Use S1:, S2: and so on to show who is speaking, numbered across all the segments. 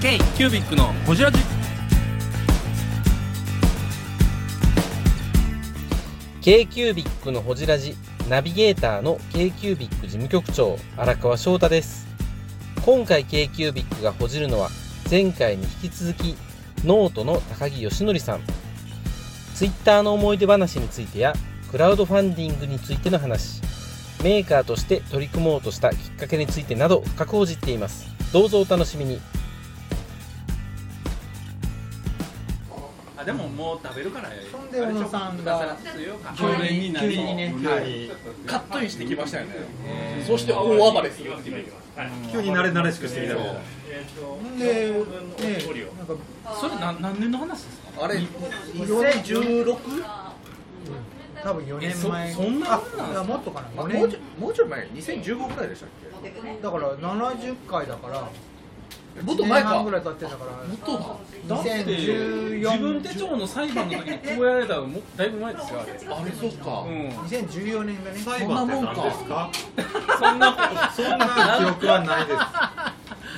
S1: ケイキュービックのホジラジ
S2: k q u b i c のほじラジナビゲーターの k q u b i c 事務局長荒川翔太です今回 k q u b i c がほじるのは前回に引き続きノートの高木義則さんツイッターの思い出話についてやクラウドファンディングについての話メーカーとして取り組もうとしたきっかけについてなど深くほじっていますどうぞお楽しみに
S1: あでももう食べるから
S3: そんで小野さんが
S1: 去年になり
S3: 急にね
S1: はいカットインしてきましたよね
S4: そして大暴れするっていう
S5: 急に慣れ慣れしくしてきたみたいな
S3: で、ね、なんか
S1: それな何年の話ですか
S4: あれ
S3: 2016多分4年前
S1: えそそんなもんなんすか
S3: あいやもっとかな
S4: も
S3: 4
S4: う
S3: 年
S4: ちょもうちょい前2015くらいでしたっ
S3: だから70回だから
S4: けもっと前
S3: 1年半
S4: か
S3: ぐらい経ってんだから
S4: 元だ
S1: だって
S3: 2014
S1: 自分手帳の裁判の時にこうやられたのもだいぶ前ですよあれ
S4: あれそっか、
S1: うん
S3: 2014年がね
S5: 裁判って何ですか
S1: そんなこと
S5: そんな記憶はないです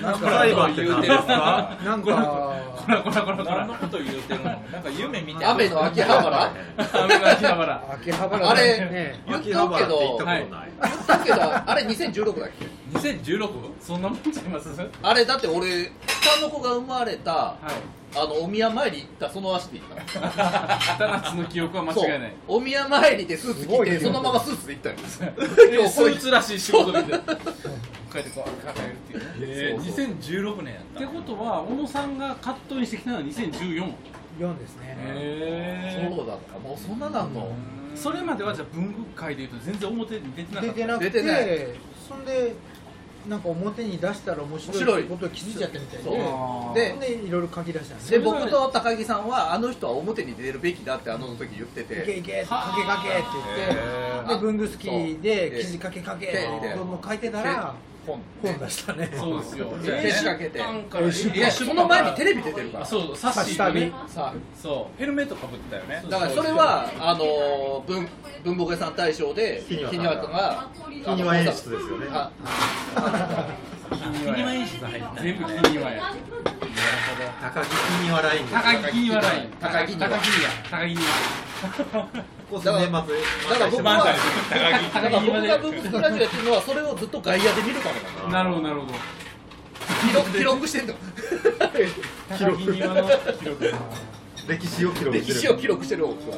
S3: なんか
S5: 裁判って何ですか
S3: な んか
S1: ほらほらほら何のこと言うてるのなんか夢みたいな
S4: 雨の秋葉原
S1: 雨の秋葉原
S3: 秋葉原
S4: あれ
S3: ね
S4: 言っとくけど
S5: 秋葉原って行ったことない
S4: 言ったけどあれ2016だっけ
S1: 2016? そんなもんちゃいます はい
S4: あれだって俺下の子が生まれたあのお宮参り行ったその足で行ったの
S1: 七つの記憶は間
S4: そう
S1: 違いない
S4: お宮参りでスーツ
S3: す
S4: 着
S3: ごい
S4: て
S3: ね
S4: そのままスーツで行ったよ
S1: えスーツらしい仕事みたいな
S4: 帰ってこう帰るっていうね
S1: えー
S4: そうそう
S1: 2016年やったってことは小野さんがカットインしてきたのは2014
S3: 4ですね
S1: へ
S4: そうだったもうそんななんの、
S1: えそれまではじゃあ文具界でいうと全然表に出てなか
S3: 出
S1: ってた
S3: なく
S4: 出てない
S3: てそんでなんか表に出したら面白いってことを気づいちゃったみたい
S4: そう
S3: で
S1: あー
S4: で
S3: そんでいろいろ書き出したんです
S4: で
S3: よ
S4: 僕と高木さんはあの人は表に出るべきだってあの時言って
S3: いけ
S4: て
S3: いけかけかけって言ってで文具好きで記事かけかけってどんどん書いてたら
S4: 本
S3: 本出したね
S1: そうですよ
S4: じゃあ絵仕掛けて
S1: 出版から
S4: いやその前にテレビ出てるか
S1: あ
S4: ら
S1: そうサッシーとね
S4: さ
S1: そうヘルメットかぶってたよね
S4: だからそれはあのー文文房具屋さん大賞で日
S5: 日
S4: に
S5: に
S4: わ
S5: わ
S4: た
S5: た
S4: が
S5: 日にわ演出ですよね
S4: あ
S1: キニワ演出入って全部キニワや
S5: 高木気に笑いんです
S1: 高木キニワライン
S4: 高木キニワ
S1: 高木キニワ高木キニワ
S5: ここ数年末
S4: だ
S5: だ
S4: から僕はだから僕が
S1: 高木
S4: 文具
S1: キ
S4: ス
S1: ニ
S4: ク
S1: ワ
S4: ラジオやってるのはそれをずっと外野で見るからだか
S1: なるほどなるほど
S4: ら記録記録してんの
S1: 高木キニワの記録す
S5: 歴史を記録
S4: 歴
S5: して
S4: 史
S5: る
S4: を記録してる僕は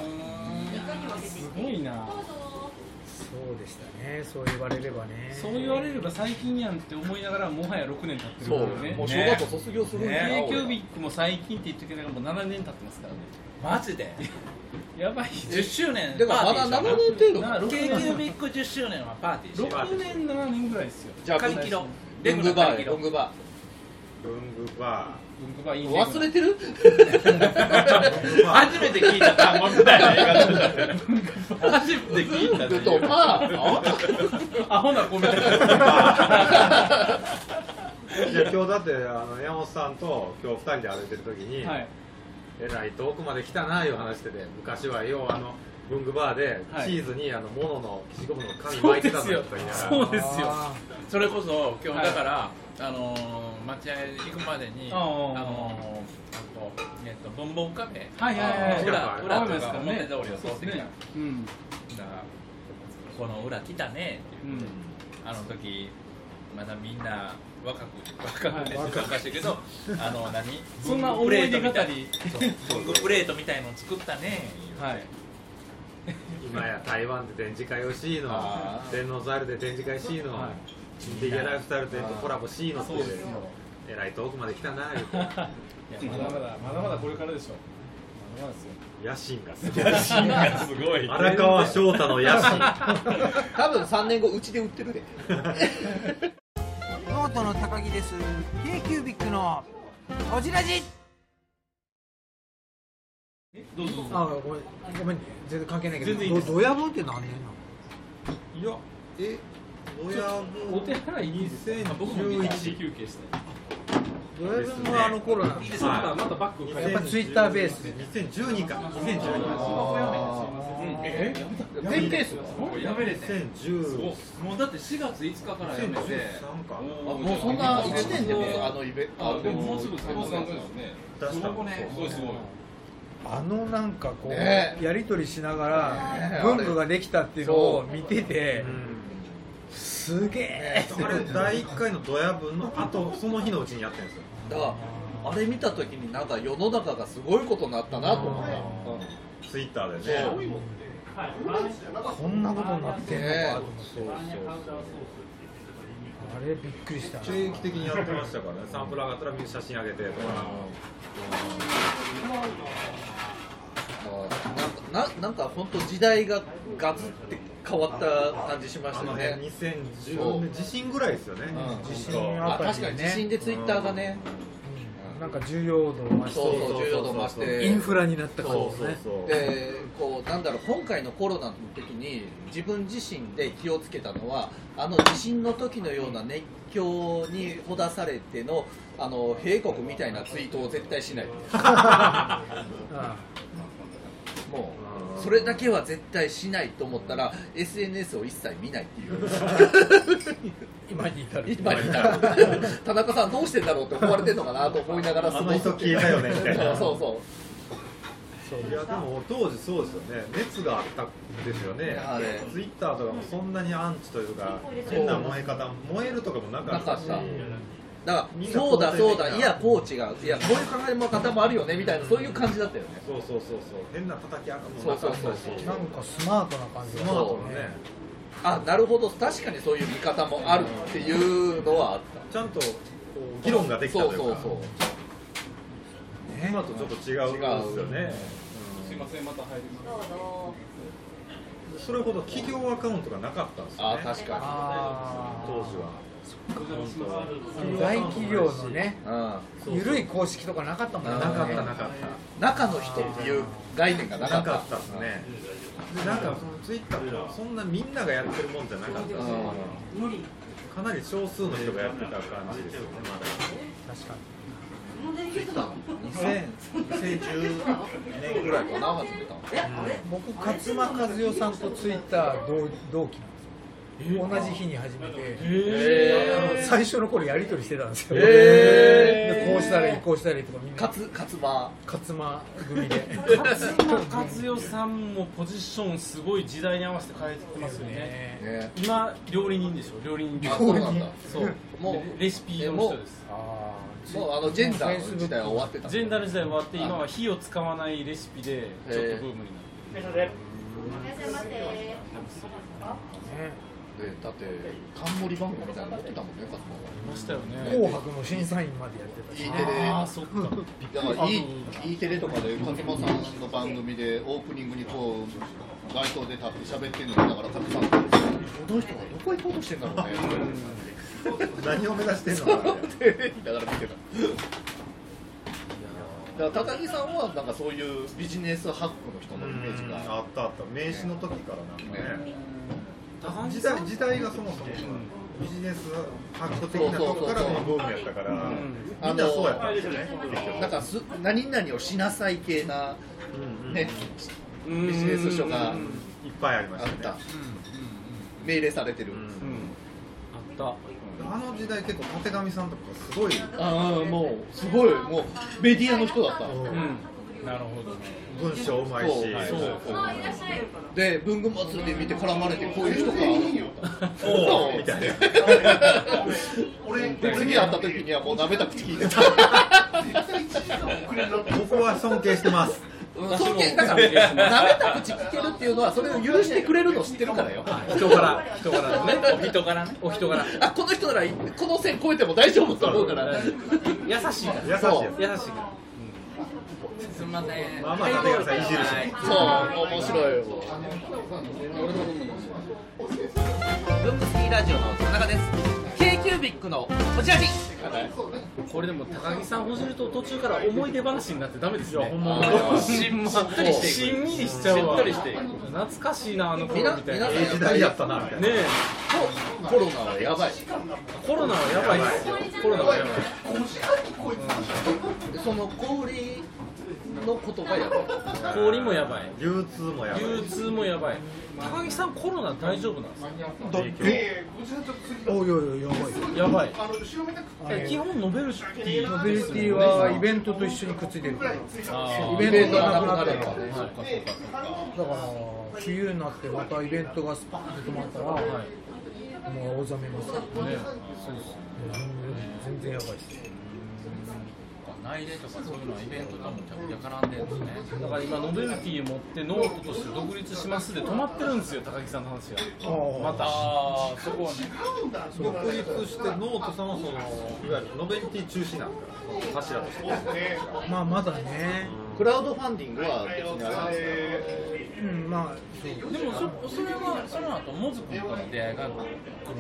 S1: ごいな
S3: そうでしたねそう言われればね
S1: そう言われれば最近やんって思いながらもはや6年経ってる
S4: そ
S1: から
S4: う
S1: ね
S4: もう小学校卒業するんだよ
S1: k キュービックも最近って言ってくれたからもう7年経ってますからね
S6: マジで
S1: やばい
S6: 10周年
S4: でもまだ7年程度
S1: な
S4: だ
S1: 6
S6: k
S1: 年
S6: q ビック10周年はパーティーして
S1: 6年7年ぐらいですよ
S4: じゃあ
S6: 会議のレグ
S4: 文具
S6: の
S4: バ
S6: 会
S4: ー
S6: 議
S4: 文具バ
S5: 文具バ
S1: 文具がいい
S4: ー
S1: ね
S4: 忘れてる
S5: ー
S6: 初めて聞いた単語みたいな言い
S1: 文具バ
S6: 方初めて聞いた
S4: 文具とバー
S1: ーアホなコメン ト
S5: いや今日だってあの山本さんと今日二人で歩いてる時に、
S1: はい
S5: えらい遠くまで来たないう話してて昔はようあの文具バーで
S1: はい
S5: チーズにあのモノの消しゴムの紙
S1: そ
S5: 巻
S1: う
S5: いて
S1: で
S5: たの
S1: す
S5: と
S1: よ
S5: か言いなが
S1: そ
S5: ら
S1: うですよ
S3: あ
S6: それこそ今
S1: はい
S6: 日だから、あのー待合行くまでに
S1: あ
S6: あ
S1: ー
S6: のーあとえっとボンボンカフェ
S1: はいはいはいはい
S6: 裏裏
S1: 青山
S6: と
S1: ですか
S6: から
S1: ね
S6: 表通りを通ってきた、
S1: ねうん
S6: だからこの裏来たねって
S1: う
S6: 言って、
S1: ん
S6: あの時まだみんな若く若くて
S1: はい
S6: 若かしたけどあの何
S1: そんな思い出語
S6: プレ
S1: り
S6: ートみたいなそうそうプレートみたいの作ったね
S1: はい
S5: 今や台湾で展示会をしいの
S4: あー
S5: 電脳ザイルで展示会しいの、
S1: は
S5: ディギャライフスタイルでコラボしいのって
S1: そうですよ
S5: えらい遠くまで来たな言う
S1: い
S5: て
S1: やまだまだまだまだこれからでしょまだまだですよ
S5: 野心がすごい
S6: 芯がすごい
S5: 荒川翔太の野心
S4: 多分3年後うちで売ってるで
S3: ノートの高木です k q u b i c のこじらじ
S1: どうぞどうぞ
S3: あごめんごめん全然関係ないけど
S1: 全然いいです
S3: どどやぼって何年
S5: いやえ親
S1: お手洗いいいですか僕も
S5: 11
S1: 休憩して
S5: い
S3: どれもあの頃なん
S1: いい
S3: で
S1: ですすまたまたバッグ
S3: やっぱツイッターベースで
S5: 2012か2012
S4: え全ケースです
S6: もうやめれてん
S5: 2010
S6: もうだって4月5日からやめて
S5: 2013か
S4: あもうそんな1年でもあのイベン
S6: あ
S4: ト
S6: でももうすぐその3ですね
S5: 出した
S6: すごいねすごいすごい
S3: あのなんかこ
S4: ね
S3: うやり取りしなが
S4: ね
S3: ら
S4: え
S3: 文具ができたっていうのを見ててすげえ
S5: それ第1回のドヤ分のあとその日のうちにやってるんですよ
S4: だからあれ見た時になんか世の中がすごいことになったなと思った、
S5: ツイッターでね
S3: こんなことになってんの
S4: ね
S3: か
S5: そうそう
S3: あれびっくりしたな
S5: 定期的にやってましたからね サンプラーがあったら写真あげてとか
S4: まあ、なんかななんか本当時代がガツって変わった感じしまし
S5: あ
S4: た
S5: の
S4: よ
S5: 辺
S4: ね
S5: 2010年地震ぐらいですよね
S4: うん
S5: 地震
S3: うん
S4: あ確かに地震でツイッターがね、
S3: なんか重要度を増し
S4: そうそう
S5: そうそう
S4: 重要度増して
S3: てインフラになった感じ
S4: そ
S3: で
S4: う
S3: す
S5: そう
S3: ね
S5: そう
S4: でこうなんだろう今回のコロナの時に自分自身で気をつけたのはあの地震の時のような熱狂にほだされてのあの閉国みたいなツイートを絶対 しない
S3: あ
S4: もうそれだけは絶対しないと思ったら SNS を一切見ないっていう
S3: 今に至る
S4: 今になる田中さんどうしてんだろうって思われてるのかなと思いながら
S5: あの人消えたよねみたい な
S4: そうそう
S3: そう
S5: いやでも当時そうですよね熱があったんですよね
S4: あれ
S5: ツイッターとかもそんなにアンチというか変な燃え方燃えるとかもなか
S4: な
S5: っ
S4: か
S5: た
S4: っ
S5: した
S4: だか
S5: みん
S4: ら
S5: な
S4: そうだそうだ
S5: 肯定的ない
S4: やコーチがいやこういう考え方もあるよねみたいなそういう感じだったよね
S5: そうそうそうそう変な叩き合もなかったし
S4: そうそうそうそう
S3: なんかスマートな感じが
S5: スマートのね
S4: あなるほど確かにそういう見方もあるっていうのはあっ
S5: ちゃんとこう議論が
S4: た
S5: できた
S4: そ
S5: と
S4: う
S5: いうか
S4: そうそう
S5: 今とちょっと違うんですよね
S6: すいませんまた入ります
S5: うんそれほど企業アカウントがなかったんですよ
S4: あ
S5: ね
S4: 確か
S3: あ
S5: 当時は
S3: ー大企業のね
S4: にうん
S3: 緩い公式とかなかったもんね
S5: なかった
S3: ね
S5: なか
S4: 中
S5: っ
S4: の人っていう概念が
S5: た
S4: なか
S5: な
S4: った
S5: かったですねでなんかそのツイッターもそんなみんながやってるもんじゃなかったしかなり少数の人がやってた感じですよねまだ
S3: 確かに
S4: 2010年ぐらいかな始めたの
S3: 僕勝間和代さんとツイッター同同期なんですよ同じ日に始めてあの最初の頃やり取りしてたんですよでこうしたらいいこうしたらいいとかみん
S4: カ
S3: な
S4: ツカツバ
S3: 勝間組で
S1: 勝間和代さんもポジションすごい時代に合わせて変えてますよね
S4: ーね
S1: 今料理人でしょ料理人
S4: あそうなんだ
S1: そう
S4: も
S1: も
S4: う
S1: うレシピの人です
S4: もうあのジェンダーの時代は終わってた
S1: ジェンダーの時代終わって今は火を使わないレシピでちょっとブームになって
S4: でだって冠番組みたいなの持ってたもんねカツ
S1: ましたよ
S3: 「
S1: ね
S3: 紅白」の審査員までやってたし
S4: E
S1: ああ
S4: テ
S1: そっか
S4: レだから E, e テレとかで勝間さんの番組でオープニングにこう街頭で立って喋ってるのにだから勝間さんこの人がどこ行こうとしてんだろうね
S5: 何を目指してんのかなみたいな
S4: テレビだから見てただから高木さんはなんかそういうビジネスハックの人のイメージ
S5: うん
S4: が
S5: あったあった名刺の時からなんかね
S1: 高橋
S5: 時
S1: さん
S5: 代時代がそもそもビジネス発行的なとこからのブームやったから
S4: うん
S5: みんなそうやったんですよね結局
S4: なんかす何々をしなさい系な
S5: うんうん
S4: ねビジネス書が
S5: いっぱいありま
S4: あ
S5: し
S4: ったた
S5: ね
S4: 命令されてる
S5: うん
S1: あった
S5: あの時代結構たてがみさんとかすごい
S4: ああもうすごいもうメディアの人だった
S1: うんなるほどね
S5: 文章うまいし
S4: そうで文具祭りで見て絡まれてこういう人かお
S5: おうみたいな
S4: 俺次会った時にはもうなめた口聞いてた
S5: 僕は尊敬してます
S4: 尊敬だからなめた口聞けるっていうのはそれを許してくれるの知ってるからよ
S6: 人柄人柄のねお人柄ねお人柄
S4: あこの人ならこの線越えても大丈夫と思うから
S6: 優しいから
S5: 優しい
S4: そ
S5: です
S4: う
S6: 優しいからすみません
S5: まあまあ立川さんいじるし
S6: はい
S4: そう面白いよ文具好きラジオの田中です k キュービックのこちらに
S1: これでも高木さんほじると途中から思い出話になってダメですよ、ほんま
S4: あー
S1: しん
S4: とりしてい
S1: しん
S4: く
S1: みりしちゃうわ
S6: しっとりしていく
S1: 懐かしいなあの
S4: み
S1: 頃
S4: な
S1: みたいな
S4: 皆
S1: ね
S4: さんやっ
S5: 時
S4: ぱ
S5: 代
S4: り
S5: やったなみたいな
S1: え
S4: コロナはやばい
S1: コロナはやばいですよコロナはやばい
S4: でその小売りのことがやばい
S1: 氷もやばい
S5: 流通もやばい
S1: 流通もやばい高木さんコロナ大丈夫なんですか
S3: おいおいおいやばいよ
S1: やばい
S3: あ
S1: え
S3: れ
S1: 基本ノベルティ
S3: ノベルティはイベントと一緒にくっついてるから
S1: あ
S3: イ
S1: ー
S3: ベントがなくなった
S4: イベントがな
S3: からだ
S4: くなるからね
S3: から冬になってまたイベントがスパンって止まったら、もう青ざめます、
S1: ね
S3: 全然やばいです
S6: 内でとかそういうのはイベントともちゃくちゃ絡んでるんですね。
S1: だから今ノベルティ持ってノートとして独立しますで止まってるんですよ高木さんの話
S3: あ
S1: が
S3: ー
S1: また
S6: ああ、そこはね。
S5: 独立してノートさんはそのいわゆるノベルティ中止なんだから柱として
S3: まあまだね
S4: クラウドファンディングは別にあれなんです
S3: うんまあそう
S6: でもそそれはその後モズ君との出会いが来る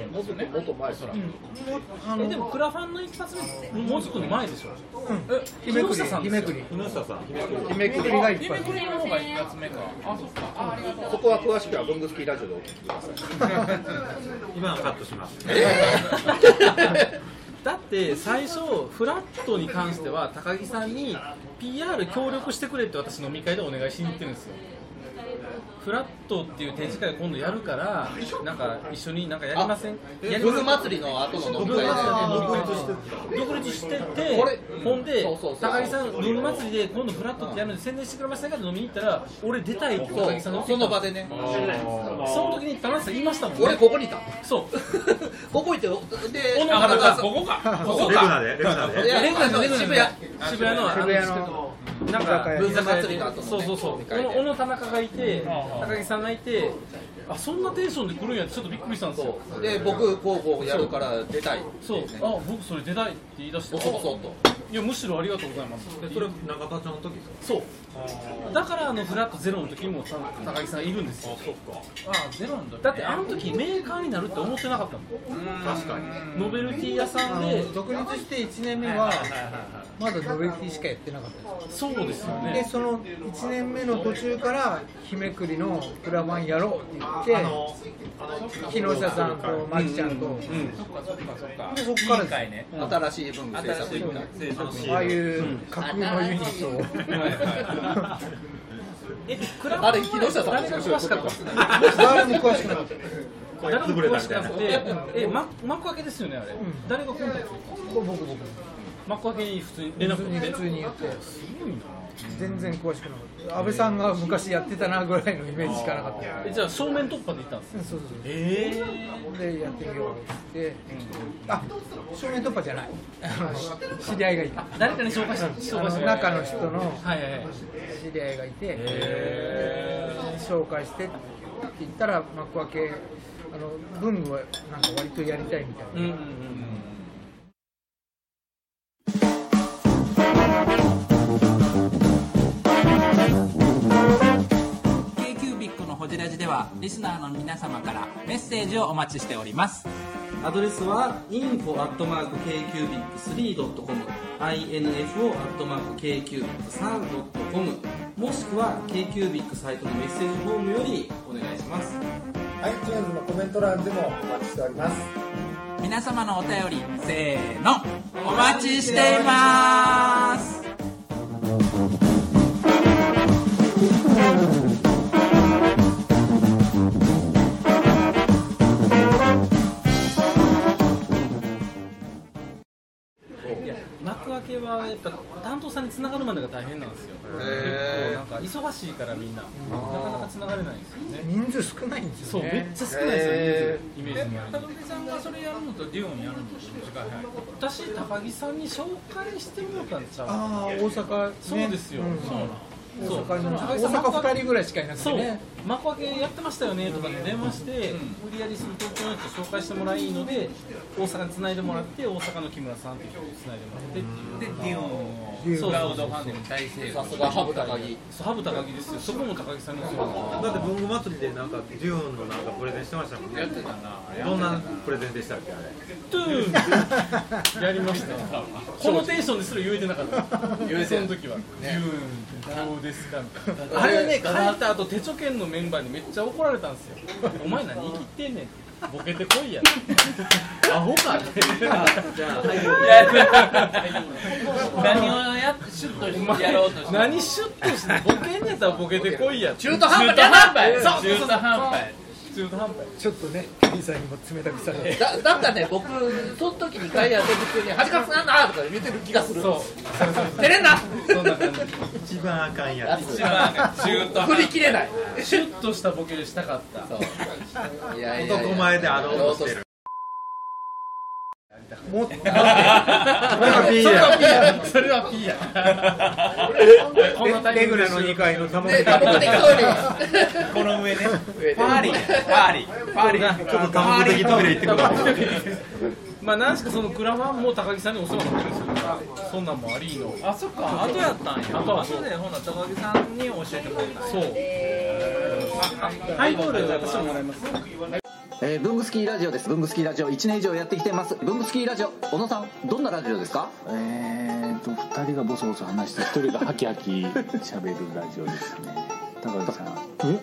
S6: んですよね。もっと前そら。
S3: あ
S1: えでも
S3: の
S1: クラファンの一発目もうちょっと前でしょ
S3: うん
S1: え
S3: 日めく
S1: 木
S3: り
S1: 下さん
S3: 日
S1: です
S3: め
S1: よ
S3: くり
S5: 木下さん
S4: か姫
S3: 日め
S4: く
S3: く
S4: り
S3: りがい
S6: イ
S3: っぱ
S6: ベ
S3: い
S6: ントの方が一発目か。あ、そっか。あ、ありがとう。
S4: そこは詳しくは文具スキーラジオでお聞きください
S5: 今はカットします
S1: だって最初フラットに関しては高木さんに PR 協力してくれって私飲み会でお願いしに行ってるんですよフラットっていう展示会今度やるからなんか一緒になんかやりませんやり
S4: 文
S1: ま
S4: 具
S1: せん
S4: 祭りの後の飲み会
S1: あ
S4: で
S1: ー独立してて
S4: これ
S1: ほんで
S4: そうそうそう
S1: 高木さん文具祭りで今度フラットってやるんで宣伝してくれませんかって飲みに行ったら俺出たいって高木さんが
S4: そ
S1: 言
S4: う
S1: って
S4: そ
S1: きた
S4: の
S1: んで
S4: 場
S1: す
S4: でね
S1: その時に田中さん言いましたもん
S4: 俺
S1: ね
S4: ここにいた
S1: そう
S4: ここいてで
S1: 小野
S6: あ、
S1: 田
S6: だから
S1: が
S6: ここ か。ここ
S5: レグナ
S6: か。
S5: でレグナ
S4: い
S5: で
S4: や
S1: レグナのレグナ
S4: 渋
S1: 渋
S4: 谷
S1: 谷渋谷のあの
S3: 渋谷の
S1: なんか
S4: 文化祭りの後のね
S1: そうそうそう
S4: 飲み
S1: 小
S4: 会で
S1: 野小野田中がいて高木さんがいてあそんなテンションで来るんやってちょっとびっくりしたんですよ
S4: そうで僕こうこうやるから出たい
S1: そうあ僕それ出たいって言い出して
S4: ボソボソっと
S1: いやむしろありがとうございます
S5: それ中田ちゃんの時ですか
S1: そうだからあのフラットゼロの時にも高木さんいるんですよ
S6: あ、ゼロの時ね。
S1: だってあの時メーカーになるって思ってなかったもん
S5: 確かに
S1: ノベルティ屋さ
S3: あ
S1: んで
S3: の独立して1年目はまだノベルティしかやってなかった
S1: そうですよ
S3: で
S1: ね
S3: その1年目の途中から日めくりのプラマンやろうって言って木下さんとマキちゃんと、
S6: そっかそっかそっか。
S3: でそっから
S6: 一回ね。
S4: 新しい文具制作委員会
S3: ああいう架空のユニットを、
S1: えクラファンは
S4: あれ木下さん
S1: 誰が詳しかったんですか
S3: 誰も詳しくなかった
S1: 誰が詳しかったえま幕開けですよねあれ、誰がコンタクト
S3: これ僕僕
S1: 幕開けに普通に連絡
S3: 普通
S1: 取
S3: に
S1: っ
S3: 普
S1: て
S3: 通に言って全然詳しくなかった安倍さんが昔やってたなぐらいのイメージしかなかった
S1: えじゃあ正面突破で行ったんです
S3: うんそうそうそう
S1: え
S3: でやってみようってって、あ正面突破じゃないあ の知り合いがいた
S1: 誰かに紹介した紹
S3: あ
S1: 介し
S3: の
S1: た
S3: 中の人の
S1: はいはいはい
S3: 知り合いがいて、
S1: え
S3: 紹介してって言ったら幕開けあの文具はなんか割とやりたいみたいな、
S1: ー、うんうんうん
S7: アドレスは info.kcubic3.com info.kcubic3.com もしくは KQBIC サイトのメッセージフォームよりお願いします
S8: 皆様のお便りせーのお待ちしてい ます
S1: いや幕開けはやっぱ担当さんに繋がるまでが大変なんですよ結構なんか忙しいからみんななかなか繋がれないんですよね
S3: 人数少ないんです
S1: そ
S3: よ
S1: うめっ
S3: ね
S1: ちゃ少ないですよ、
S4: へ
S1: 人数イメージにある
S6: 高木さんがそれやるのとデュオンやるのと時間早い。
S1: 私高木さんに紹介してもらったんちゃう
S3: ああ大阪、ね、
S1: そうですよ、
S3: ん
S1: そうなん
S3: 大阪に
S1: そう
S3: 大阪2人ぐらいしかいなく
S1: そ
S3: て
S1: う
S3: ね
S1: 幕開けやってましたよねとかで電話して、無理やりその東京の人紹介してもらいいので、大阪に繋いでもらって、大阪の木村さんっていう人を繋いでもらってって
S6: でデ
S1: いう。
S6: ィオンを
S3: ディオン
S6: クラウドファンディング大成功
S4: さすがハブ高木
S1: そうハブ高木ですよ。そこも高木さんですよ。
S5: だって文具祭りでなんかデューンのなんかプレゼンしてましたもん
S6: や
S5: ね
S6: ってたな
S5: どんなプレゼンでしたっけあれ
S1: トゥーンやりました。このテンションですら言えてなかった。言えてその時は。デューンどうですかみたいな。あれね帰った後手帳券のメンバーにめっちゃ怒られたんですよ。お前何生きてんねんって。ボケてこいや。アホかって。
S4: じゃあ
S6: 何をやっシュッとやろうとして
S1: 何シュッとしてボケんやったらボケてこいや中
S6: 中途半端やなそう中途半端
S1: 途半端
S3: ちょっとね、店員さんにも冷たくされて。
S4: だだからね僕その時に外野で普通に「8月なんだ!」とか言ってる気がする照れんな
S1: そんな感じ
S5: 一番あかんや
S6: 一番中途半
S4: 振り
S6: 端
S4: 切れない
S1: シュッとしたボケしたかった
S4: いやいやいや
S5: 男前であろうとしてる
S3: もっと、
S5: あピーや
S1: それはピーやこのタイミ
S3: レ
S1: ン
S3: グ
S1: グで
S3: ラの2階の玉森
S4: で多目的トイレ
S6: この上ね
S4: 上で
S6: パーリーパーリーパーリー
S5: ちょっと多目的トイレ行ってくる
S1: まあ何しかそのクラファンも高木さんにお世話になってるんですよそんなんもありの
S6: あそっか後やったんや
S1: 後は
S6: 後でほな高木さんに教えてもらった
S1: そうハイボール私ももらいます
S9: えー、ブングスキーラジオです。ブングスキーラジオ1年以上やってきてます。ブングスキーラジオ、小野さん、どんなラジオですか
S10: えーと2人がボソボソ話して1人がハキハキ喋るラジオですね高橋さんえ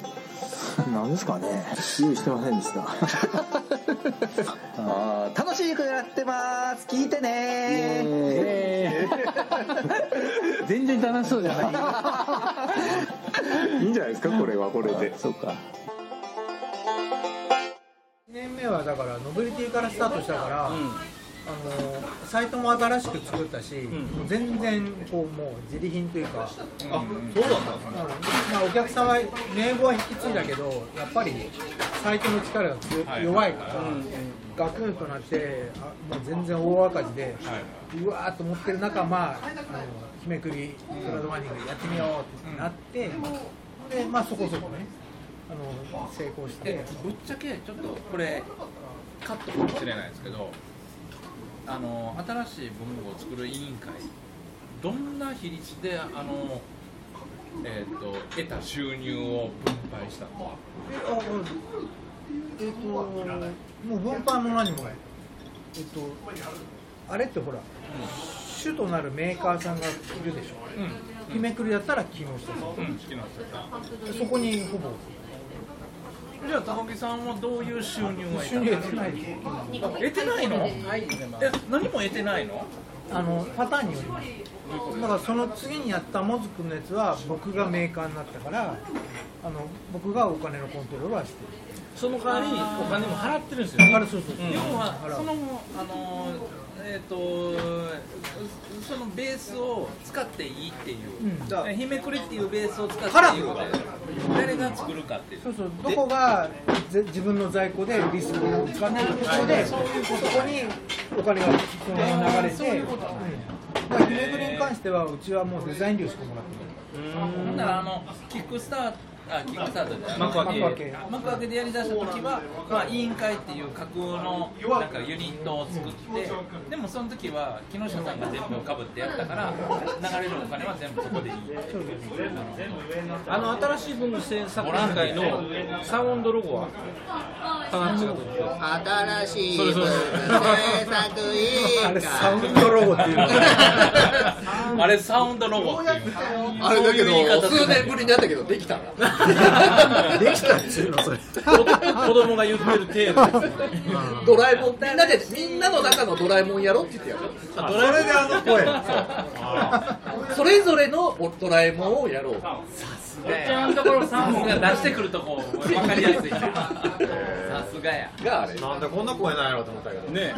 S10: なんですかね用意してませんでした
S9: あー楽しい曲やってます。聞いてねー。
S10: 全然楽しそうじゃ ないいいんじゃないですかこれはこれでそうか
S3: 2年目はだからノベルティからスタートしたから、あのサイトも新しく作ったし、もう全然こうもう自利品というか、あまあ、お客さんは名簿は引き継いだけどやっぱりサイトの力が強弱いから、ガクンとなってあもう全然大赤字で、うわーっと思ってる中まああの日めくりクラウドファンディングやってみようってなって、でまあそこそこねあの成功して。
S6: ぶっちゃけちょっとこれカットかもしれないですけどあの新しい文具を作る委員会どんな比率であの、えー、と得た収入を分配したの
S3: あうんえっ、と、もう分配も何もない。えっ、と、あれってほら、主となるメーカーさんがいるでしょ。日めくりだったら木下さ
S6: うん、聞き直した
S3: ん。そこにほぼ
S6: じゃあ高木さんはどういう収入を
S3: 収
S6: 得
S3: 入
S6: たの
S3: やってないです。
S6: 得てないのえ何も得てないの
S3: あのパターンによりますだからその次にやったモズ君のやつは僕がメーカーになったからあの僕がお金のコントロールはしてる
S1: その代わりお金も払ってるんですよ
S3: だからそうそうそう、
S6: 要は
S3: あら
S6: そのあのえっ、とそのベースを使っていいっていう
S3: うん、
S6: じゃあ日めくりっていうベースを使っていい
S3: から
S6: 誰が作るかっていう
S3: そうそうどこがぜ自分の在庫でリスクを使ってることでそこにお金がそのまま流れてうんだから夢ぐりに関してはうちはもうデザイン料しかもらって
S6: ほんならあのキックスターあキックスタートじゃない
S1: 幕開け
S3: ない幕開け
S6: 幕開けでやりだした時は、まあ、委員会っていう架空のなんかユニットを作ってでもその時は木下さんが全部かぶってやったから流れるお金は全部そこでいい
S1: あの新しい文具制作委員会のサウンドロゴはタナッチが取って
S9: 新しい
S1: それそれ
S3: あれサウンドロゴっていうの
S6: あれサウンドロゴっていう
S4: あれだけ
S6: そういう言い
S4: ど
S6: 方する
S4: 数年ぶりになったけどできたな
S3: できたっちゅうのそれ
S1: 子供が言ってる程度ですね
S4: ドラえもんみんなでみんなの中のドラえもんやろって言ってやる
S5: それであの声
S4: それぞれのドラえもんをやろう
S6: ちゃんところサウンドが出してくるとこ分かりやすいなさすがや
S4: があれ
S5: なんでこんな声なんやろうと思ったけど
S1: ね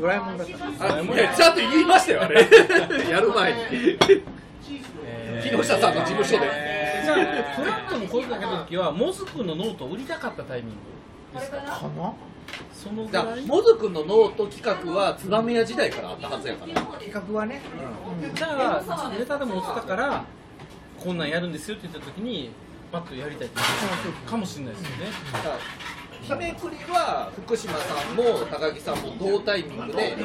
S3: ドラえもんだった
S4: あいやちゃんと言いましたよあれやる前に木下さんの事務所で
S1: えじゃあフラットの声かけた時はモズ君のノートを売りたかったタイミングですか
S3: かな
S1: そのぐ
S4: だからら
S1: い
S4: モズ君のノート企画は燕屋時代からあったはずやから
S3: 企画はね
S1: じゃあネタでも落ちたからこんなんやるんですよって言った時にパッとやりたいっていうかもしれないですよね、
S4: 日めくりは福島さんも高木さんも同タイミングで、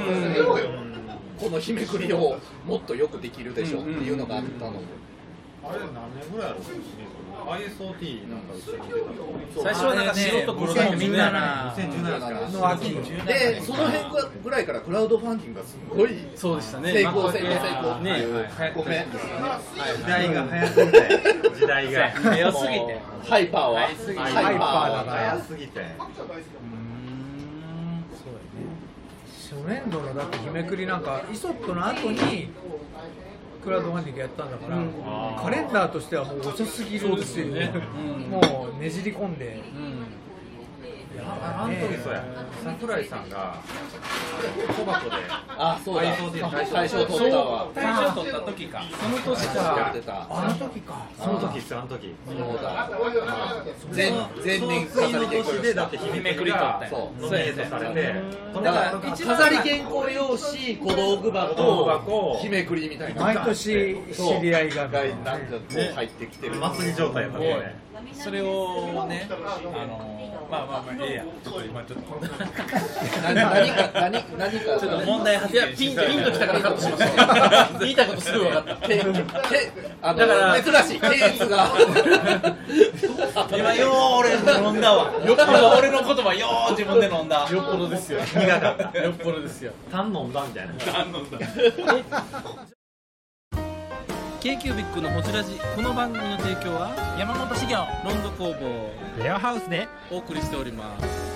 S4: この日めくりをもっとよくできるでしょっていうのがあったので、
S5: あれ何年ぐらいあるんですかね ISOT なんか一緒に出たの
S1: 最初はなんか白と黒だけみんな
S5: 2017
S4: の秋にでその辺ぐらいからクラウドファンディングがすごい
S1: そうでしたね
S4: 成功成功成功って
S1: ね
S4: いう、
S1: はい
S4: ごめん
S5: 時代が早すぎて時代が
S1: 早すぎて
S4: ハイパーは
S1: 早すぎて
S4: ハイパーは
S5: 早すぎて
S3: 初年度のだって日めくりなんかイソップの後にクラウドファンディングやったんだから、カレンダーとしてはもう遅すぎる
S1: そうで
S3: っ
S1: す
S3: てい
S1: よ
S3: う
S1: ね
S3: もうねじり込んで、
S5: ああの時そうや桜井さんが小箱で
S4: あそうだ
S5: ISOT の
S4: 最初取ったわ
S6: 大賞取った時か
S1: その年か
S4: 取ってた
S3: あの時か
S5: その時っすあの時
S4: そうだ前前年
S5: その
S4: 飾
S5: 次の
S4: り原稿
S5: 年でだって日めくりが
S4: そ
S5: ノミネートされて
S4: うだから飾り原稿用紙小道具
S5: 小道具
S4: 箱
S5: 箱
S4: 日めくりみたいな
S3: 毎年知り合いが
S4: がなんかこう入ってきてる
S5: 祭り状態やったね
S6: それをねあのまあまあまあええやちょっと今ちょっと
S4: 何何か何何か
S6: ちょっと問題発
S1: いや
S6: 言
S1: ピン
S6: し
S1: ピンときたからカット しました言いたいことすぐ分かった
S4: けけあの
S1: だから
S4: 珍しいケースが
S6: 今よう俺飲んだわよっぽど俺の言葉よう自分で飲んだ
S1: よっぽどですよ
S5: 苦かった
S1: よっぽどですよ
S5: 単飲んだみたいな
S2: k q b i c のホジラジこの番組の提供は
S8: 山本資源
S2: ロンド工房
S5: レアハウスで
S2: お送りしております